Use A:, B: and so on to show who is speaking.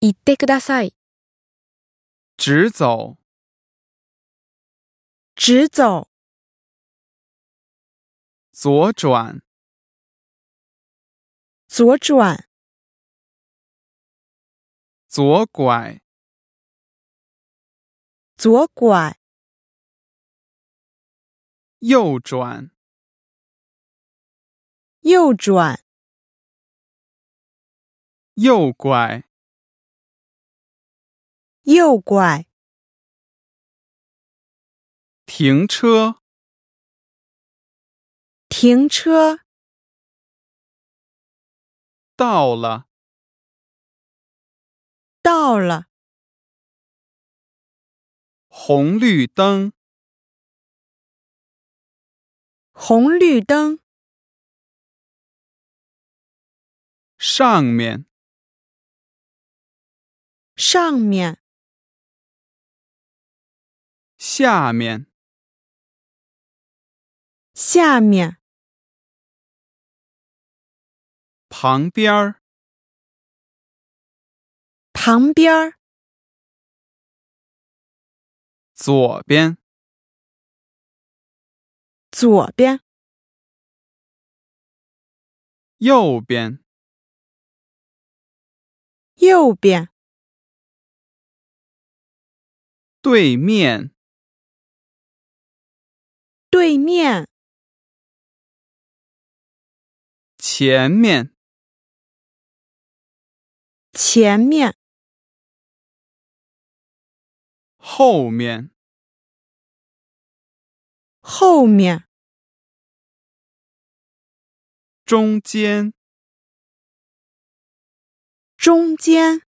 A: 行ってください。
B: 直走、
A: 直走、
B: 左转、
A: 左转、
B: 左拐、
A: 左拐、
B: 右转、
A: 右转、
B: 右拐、
A: 右拐、
B: 停车、
A: 停车、
B: 到了、
A: 到了、
B: 红绿灯、
A: 红绿灯、
B: 上面、
A: 上面、
B: 下面、
A: 下面、
B: 旁边儿、
A: 旁边儿、
B: 左边、
A: 左边、
B: 右边、
A: 右边、
B: 对面、
A: 对面、
B: 前面、
A: 前面、
B: 后面、
A: 后面、
B: 中间。
A: 中间。